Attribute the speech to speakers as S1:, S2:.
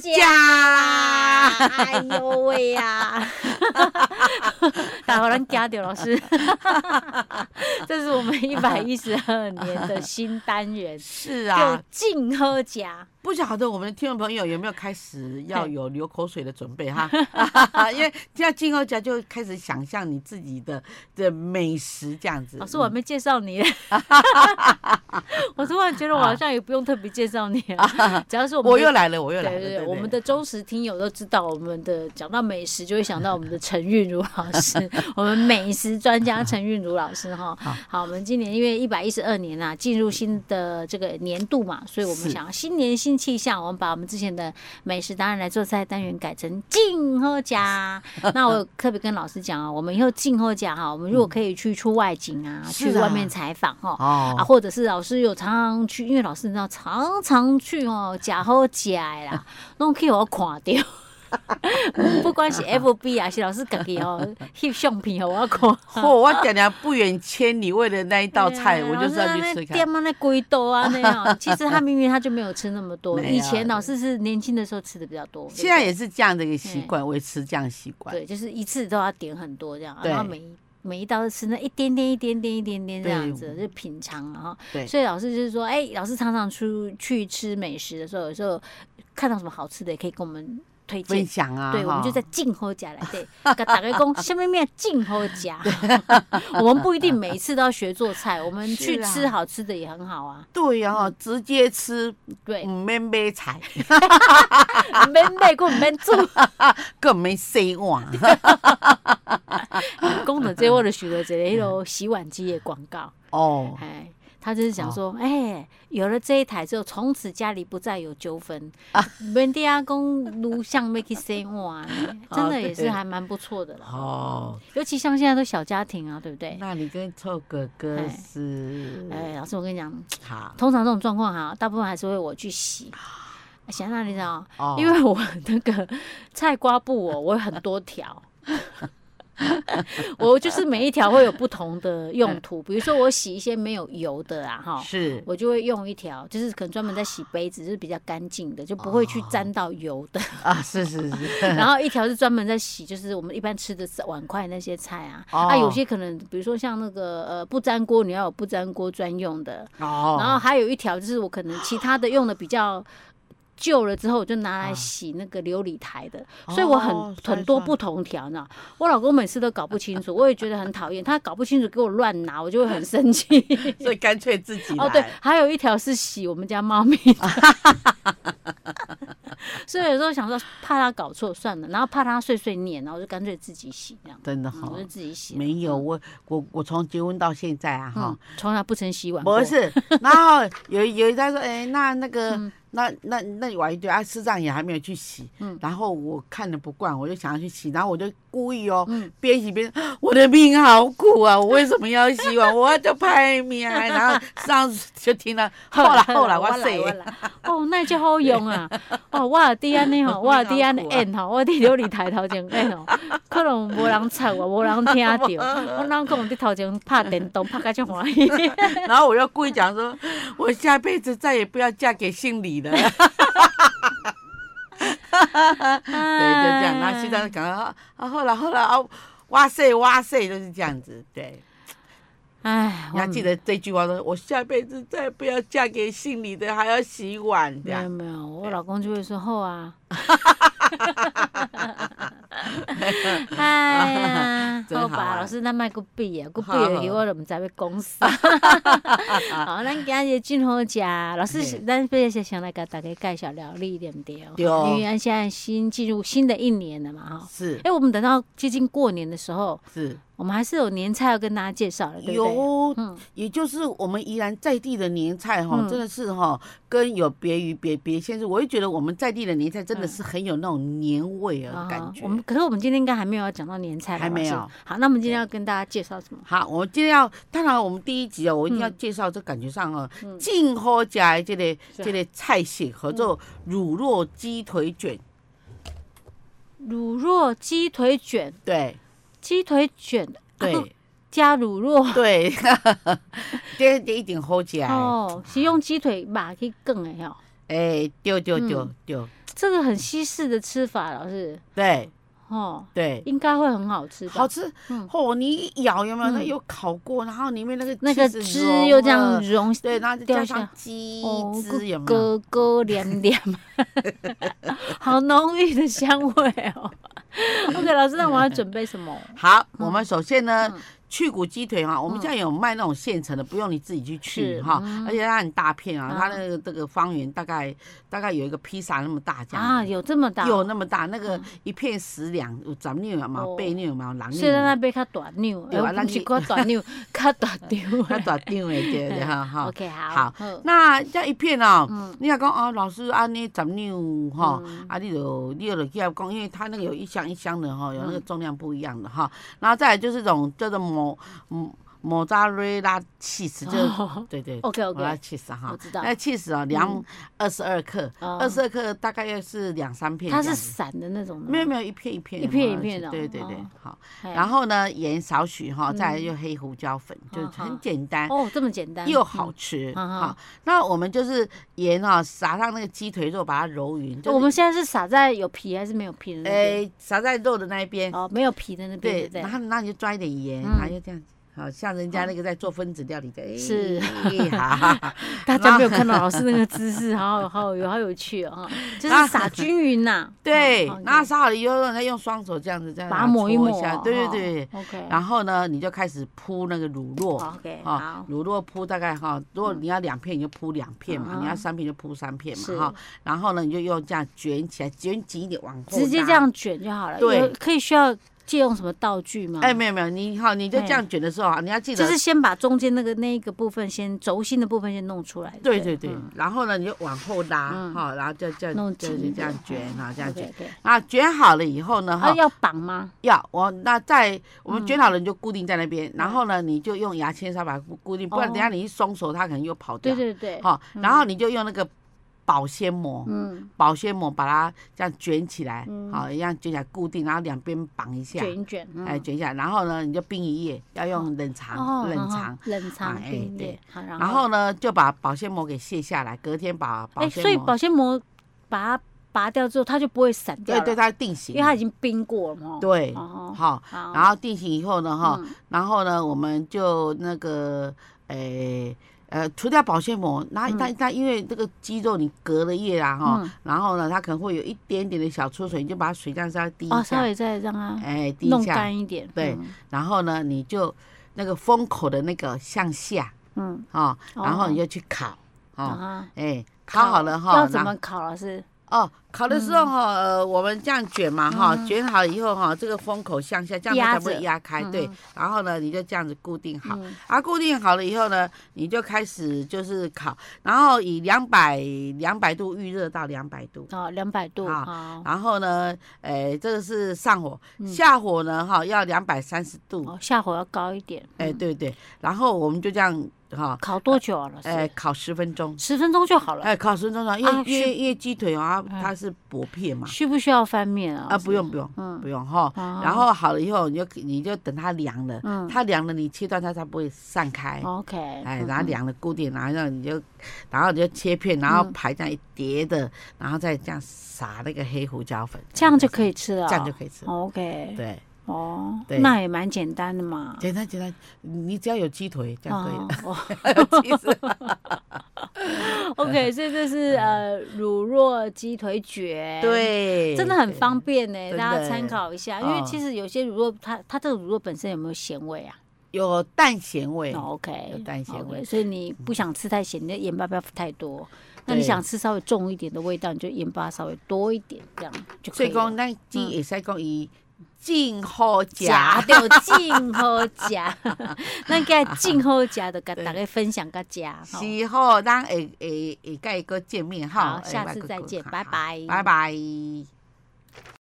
S1: 价啦！哎呦喂呀、
S2: 打好人加掉老师， 这是我们一百一十二年的新单元，
S3: 是
S2: 就
S3: 啊，
S2: 静喝甲。
S3: 不晓得我们的听众朋友有没有开始要
S2: 嘿
S3: 有流口水的准备 哈？因为听到进口甲就开始想象你自己的的美食这样子。嗯
S2: 老师，我还没介 绍你，我突然觉得我好像也不用特别介绍你了，只要是我们
S3: 啊我
S2: 的
S3: 又来了，我又
S2: 对
S3: 来了，
S2: 对
S3: 对
S2: 对，
S3: 对
S2: 我们的忠实听友都知道，我们的讲到美食就会想到我们的陈韵如老 师，我们美食专家陈韵如老师哈。好，我们今年因为一百一十二年啊，进入新的这个年度嘛，所以我们
S3: 是
S2: 想要新年新气象，我们把我们之前的美食达人来做菜单元改成静喝 家。那我特别跟老师讲啊，我们以后静喝家哈，我们如果可以去出外景啊，
S3: 是
S2: 去外
S3: 啊
S2: 面采访哈，啊，
S3: 哦，
S2: 或者是老师有常常去，因为老师你知道常常去哦，假好假的啦，拢去我看掉。嗯不管是 FB 啊，是老师自己哦翕相片哦，我看。
S3: 嚯，我讲讲不远千里，为了那一道菜，
S2: 啊
S3: 我就是要去吃看。
S2: 店嘛那龟多啊那样，其实他明明他就没有吃那么多。
S3: 没有啊
S2: 以前老师是年轻的时候吃的比较多，
S3: 现在也是这样的一个习惯，维持这样的习惯。
S2: 嗯对，就是一次都要点很多这样，啊
S3: 对
S2: 然后每一每一道都吃那一点点、一点点、一点点这样子，
S3: 对
S2: 就品尝然后
S3: 对
S2: 所以老师就是说，哎、老师常常出去吃美食的时候，有时候看到什么好吃的，也可以跟我们推
S3: 分
S2: 荐。
S3: 享啊，
S2: 对，我们
S3: 哈
S2: 就在静候家来对，跟打开工下面面静候家。 我们不一定每一次都要学做菜，我们
S3: 是
S2: 去
S3: 啊
S2: 吃好吃的也很好啊。
S3: 对呀、哈，直接吃，
S2: 对，
S3: 唔免买菜，
S2: 唔免买，佮唔免 煮，
S3: 更免洗碗。
S2: 讲到这我就想到一个迄落洗碗机的广告。
S3: 哦，
S2: 哎，他就是想说，哎、有了这一台之后，从此家里不再有纠纷。
S3: 啊
S2: 门迪亚公如像 Make it say 哇， 真的也是
S3: 哦对
S2: 还蛮不错的啦。
S3: 哦，
S2: 尤其像现在都小家庭啊，对不对？
S3: 那嗯你跟臭哥哥
S2: 哎
S3: 是
S2: 哎，老师，我跟你讲，
S3: 好
S2: 通常这种状况哈，大部分还是会我去洗。想让你知道，
S3: 啊哦，
S2: 因为我那个菜瓜布哦，我有很多条。 我就是每一条会有不同的用途，比如说我洗一些没有油的啊，哈，
S3: 是
S2: 我就会用一条，就是可能专门在洗杯子，就是比较干净的，就不会去
S3: 哦
S2: 沾到油的。
S3: 啊，是是是，
S2: 然后一条是专门在洗，就是我们一般吃的碗筷那些菜啊。
S3: 哦
S2: 啊，有些可能比如说像那个呃不粘锅，你要有不粘锅专用的。然后
S3: 哦，
S2: 还有一条就是我可能其他的用的比较。旧了之后，我就拿来
S3: 啊
S2: 洗那个琉璃台的，所以我很
S3: 哦算
S2: 很多
S3: 算
S2: 不同条呢。我老公每次都搞不清楚，我也觉得很讨厌，他搞不清楚给我乱拿，我就会很生气。
S3: 所以干脆自己来。
S2: 哦，对，还有一条是洗我们家猫咪的， 所以有时候想说怕它搞错算了，然后怕它碎碎念，然后我就干脆自己洗这样，
S3: 真的
S2: 嗯
S3: 哈、
S2: 我就自己洗了。
S3: 没有我我我从结婚到现在啊哈
S2: 嗯，，从来不曾洗碗过。
S3: 不是，然后有有一他说，哎、那那个、那那那碗一堆啊，师丈也还没有去洗，
S2: 嗯
S3: 然后我看了不惯，我就想要去洗，然后我就故意哦
S2: 嗯，
S3: 边、洗边， 我的命好苦啊，我为什么要洗碗？我就拍命啊，然 后上次就听了， 后来后来
S2: 我
S3: 哇
S2: 来我
S3: 塞，
S2: 来，哦，那就好 用啊！哦，我的弟安尼吼，我的弟安尼
S3: 好苦啊
S2: 按吼，我伫琉璃台头前按 吼，可能无人插我，无人听到，我老公伫头前拍电动，拍甲足欢 喜。
S3: 然后我又故意讲说，我下辈子再也不要嫁给姓李 了，对，就
S2: 对，就
S3: 这样，然后师丈就讲啊， 啊后来后来啊，哇塞哇塞，就是这样子，对。
S2: 哎，
S3: 你
S2: 我
S3: 还记得这句话说：“我下辈子再也不要嫁给姓李的，还要洗碗。”这
S2: 没有
S3: 样
S2: 没有，我老公就会说后啊，哎呀，
S3: 啊 真
S2: 好
S3: 好啊
S2: 吧，
S3: 玩
S2: 老师咱卖个比啊，个比
S3: 好好
S2: 去我都唔知要讲啥。 好，咱今日真好食，老师
S3: 对，
S2: 咱不是想来给大家介绍料理对不对？
S3: 对哦
S2: 因为咱现在新进入新的一年了嘛，哈。
S3: 是
S2: 哎，我们等到接近过年的时候，
S3: 是
S2: 我们还是有年菜要跟大家介绍的，对不对？
S3: 有，
S2: 嗯，
S3: 也就是我们宜兰在地的年菜哈
S2: 嗯，
S3: 真的是哈，跟有别于别别县市，我就觉得我们在地的年菜真的
S2: 嗯
S3: 是很有那种年味啊的感
S2: 啊
S3: 觉
S2: 我。们可是我们今天应该还没有要讲到年菜吧，
S3: 还没
S2: 老师
S3: 有。
S2: 好，那我们今天要跟大家介绍什么？
S3: 好，我们今天要，当然我们第一集哦，我一定要介绍这感觉上哦，进口家的这个
S2: 嗯是啊嗯
S3: 这个菜系，合作乳酪鸡腿卷，
S2: 乳酪鸡腿卷，
S3: 对
S2: 鸡腿卷，
S3: 对
S2: 啊 加乳酪
S3: 对， 这这一定好吃的。
S2: 哦哦，是用鸡腿肉去卷的吼。
S3: 哎、对对对
S2: 嗯
S3: 对，
S2: 这个很西式的吃法，老师
S3: 对
S2: 哦，
S3: 对，
S2: 应该会很好吃吧？
S3: 好吃
S2: 嗯。
S3: 哦，你一咬有没有？那
S2: 嗯
S3: 有烤过，然后里面那个
S2: 那个
S3: 子
S2: 汁
S3: 融
S2: 又这样
S3: 了，
S2: 融，
S3: 对，然后再
S2: 掉
S3: 加
S2: 下
S3: 上鸡
S2: 哦，
S3: 汁有没有？
S2: 咯咯黏黏， 好浓郁的香味 哦。OK，老师，那我要准备什么？
S3: 好，我们首先呢
S2: 嗯，
S3: 去骨鸡腿啊哈，我们
S2: 嗯
S3: 现在有卖那种现成的，不用你自己去
S2: 是
S3: 去哈
S2: 嗯，
S3: 而且它很大片啊
S2: 啊，
S3: 它那个这个方圆大概大概有一个披萨那么大这
S2: 啊，
S3: 样子。
S2: 有这么大哦？
S3: 有那么大，那个
S2: 嗯
S3: 一片十两，有十两嘛
S2: 哦，
S3: 八两嘛，六
S2: 所以咱
S3: 两
S2: 那
S3: 嘛，
S2: 边较大牛，
S3: 对啊
S2: 而
S3: 咱
S2: 不是
S3: 去
S2: 较 大牛，较大牛。
S3: 那大张的对对哈哈。
S2: OK，好，
S3: 好
S2: 好，
S3: 那这一片哦，
S2: 嗯
S3: 你若讲哦，老师安尼十两哈
S2: 嗯，
S3: 啊，你就你就去讲，因为它那个有一箱一箱的哈，有那个
S2: 嗯
S3: 重量不一样的哈。然后再来就是这种叫做抹抹抹扎瑞拉 cheese，就是
S2: 哦
S3: 对对，
S2: OK
S3: 抹扎
S2: OK，
S3: cheese 哈
S2: 我，知道嗯哦
S3: 那 cheese 啊，量二十二克，二十二克大概要是两三片这
S2: 它
S3: 样子，
S2: 是散的那种的吗，
S3: 没有没有一片一片
S2: 一
S3: 的
S2: 片
S3: 抹下去
S2: 一片的
S3: 对对对
S2: 哦，
S3: 好。
S2: 嘿
S3: 然后呢，盐少许哈，再来
S2: 嗯
S3: 就黑胡椒粉，就是
S2: 啊哈
S3: 很简单。
S2: 哦，这么简单，
S3: 又
S2: 嗯
S3: 好吃
S2: 嗯
S3: 哈、那我们就是盐啊，撒上那个鸡腿肉，把它揉匀。就是、
S2: 哦我们现在是撒在有皮还是没有皮的那边？
S3: 诶撒在肉的那一边、
S2: 哦，没有皮的那边，对
S3: 哎对
S2: 不，对
S3: 然？后那你就抓一点盐，
S2: 嗯哦
S3: 然后就这样子，好像人家那个在做分子料理的。诶
S2: 是
S3: 好，
S2: 大家没有看到老师那个 姿势，好好好有好有趣哦，哈就是
S3: 啊
S2: 撒均匀呐。
S3: 对
S2: 嗯，
S3: 那撒好了以后，再用双手这样子，这样
S2: 把它抹一
S3: 搓
S2: 抹
S3: 下，
S2: 哦，
S3: 对对对。
S2: 哈，OK，
S3: 然后呢，你就开始铺那个乳酪。
S2: 好 OK，
S3: 啊
S2: 好，，
S3: 乳酪铺大概哈，如果你要两片你就铺两片嘛，
S2: 嗯
S3: 你要三片就铺三片嘛
S2: 是
S3: 哈。然后呢，你就用这样卷起来，卷紧一点往后。
S2: 直接这。样卷就好了。
S3: 对
S2: 有可以需要借用什么道具吗？
S3: 哎，没有没有，你好，你就这样卷的时候啊，你要记得。
S2: 嗯就是先把中间那个那一个部分先轴心的部分先弄出来。嗯
S3: 对
S2: 不
S3: 对对，然后呢，你就往后拉
S2: 嗯
S3: 哈，然后就这
S2: 弄
S3: 样就
S2: 紧一
S3: 是这样
S2: 点
S3: 卷，然后这样卷，。
S2: 对，
S3: 啊，卷好了以后呢，
S2: 啊
S3: 哈，
S2: 要绑吗？
S3: 要我那在我们
S2: 嗯
S3: 卷好了你就固定在那边，然后呢，你就用牙签稍把它固定，不然
S2: 哦
S3: 等一下你一松手它可能又跑掉
S2: 对。对对，
S3: 哈，然后你就用那个保鲜膜，
S2: 嗯，
S3: 保鲜膜把它这样卷起来
S2: 嗯，
S3: 好，一样卷起来固定，然后两边绑一下，
S2: 卷一卷，嗯
S3: 哎，卷一下，然后呢，你就冰一夜，要用冷
S2: 哦
S3: 藏，冷
S2: 好好
S3: 藏。
S2: 冷藏
S3: 啊哎
S2: 冰
S3: 对
S2: 液，好，然
S3: 然后呢，就把保鲜膜给卸下来，隔天把保
S2: 哎，
S3: 鲜
S2: 所以
S3: 膜，
S2: 保鲜膜把它拔掉之后，它就不会散掉
S3: 对
S2: 了，
S3: 对，它定
S2: 因
S3: 型
S2: 为，它已经冰过了嘛。
S3: 对，
S2: 哦，
S3: 好，
S2: 好
S3: 然后定型以后呢，哈，
S2: 嗯
S3: 然后呢，我们就那个，诶。呃，除掉保鲜膜，然后它它因为这个鸡肉你隔了夜啊哈，
S2: 嗯
S3: 然后呢，它可能会有一点点的小出水，你就把水这样稍微滴
S2: 哦，
S3: 一
S2: 稍
S3: 下，
S2: 微再让它
S3: 哎，滴
S2: 弄
S3: 一下，
S2: 干一点。
S3: 对
S2: 嗯，
S3: 然后呢，你就那个封口的那个向下
S2: 嗯，
S3: 哦，
S2: 哦
S3: 然后你就去烤哦，
S2: 啊，
S3: 哎，烤好了哈，
S2: 要怎
S3: 然
S2: 么烤，啊老师？
S3: 哦，烤的时候
S2: 嗯
S3: 哈，呃，我们这样卷嘛哈，卷好以后哈，这个封口向下，这样
S2: 压
S3: 它才不会
S2: 着
S3: 压开，对
S2: 嗯。
S3: 然后呢，你就这样子固定好，
S2: 嗯
S3: 啊，固定好了以后呢，你就开始就是烤，然后以两百两百度预热到两百度，
S2: 哦，两百度，
S3: 好
S2: 好，
S3: 然后呢，哎，这个是上火，下火呢哈要两百三十度，
S2: 嗯哦，下火要高一点。
S3: 哎，
S2: 嗯，
S3: 对对，然后我们就这样哈，
S2: 烤多久啊，老
S3: 哎，
S2: 师？
S3: 烤十分钟。
S2: 十分钟就好了。
S3: 哎，烤十分钟啊，因
S2: 嗯啊
S3: 为因为因为鸡腿啊，
S2: 嗯
S3: 它是薄片嘛，
S2: 需不需要翻面啊？
S3: 啊，不用不用，
S2: 嗯，
S3: 不用哈。
S2: 哦
S3: 然后好了以后，你就你就等它凉了，
S2: 嗯
S3: 它凉了你切断它，它不会散开。
S2: ，OK，
S3: 哎，
S2: 嗯
S3: 然后
S2: 嗯
S3: 凉了固定，然后让你就，然后你就切片，然后
S2: 嗯
S3: 排这样一叠的，然后再这样撒那个黑胡椒粉，
S2: 这样就可
S3: 以，
S2: 以吃了哦，
S3: 这样就可以吃。
S2: OK，
S3: 对，
S2: 哦，
S3: 对
S2: 那也蛮简单的嘛。
S3: 简单简单，你只要有鸡腿这样可以 了。
S2: 哦
S3: 其实
S2: OK，所以 这是呃乳酪鸡腿卷，，
S3: 嗯对，
S2: 真的很
S3: 对
S2: 方便呢，
S3: 真
S2: 大家
S3: 的
S2: 参考一下。因为
S3: 哦
S2: 其实有些乳酪，它它这个乳酪本身有没有咸味啊？
S3: 有淡咸味。
S2: 哦
S3: 有
S2: OK，
S3: 淡咸
S2: OK，
S3: 味嗯
S2: 所以你不想吃太咸，你的盐巴不要太多。那你
S3: 对
S2: 想吃稍微重一点的味道，你就盐巴稍微多一点，这样就可
S3: 所以
S2: 以
S3: 讲，
S2: 了。嗯
S3: 咱只会使讲伊进好食。
S2: 夹掉静好夹， 那个静好夹的，跟
S3: 对
S2: 大家分享个夹。吼
S3: 是好，咱会哎会会甲伊个见面哈。
S2: 好下次再见拜拜
S3: 拜拜。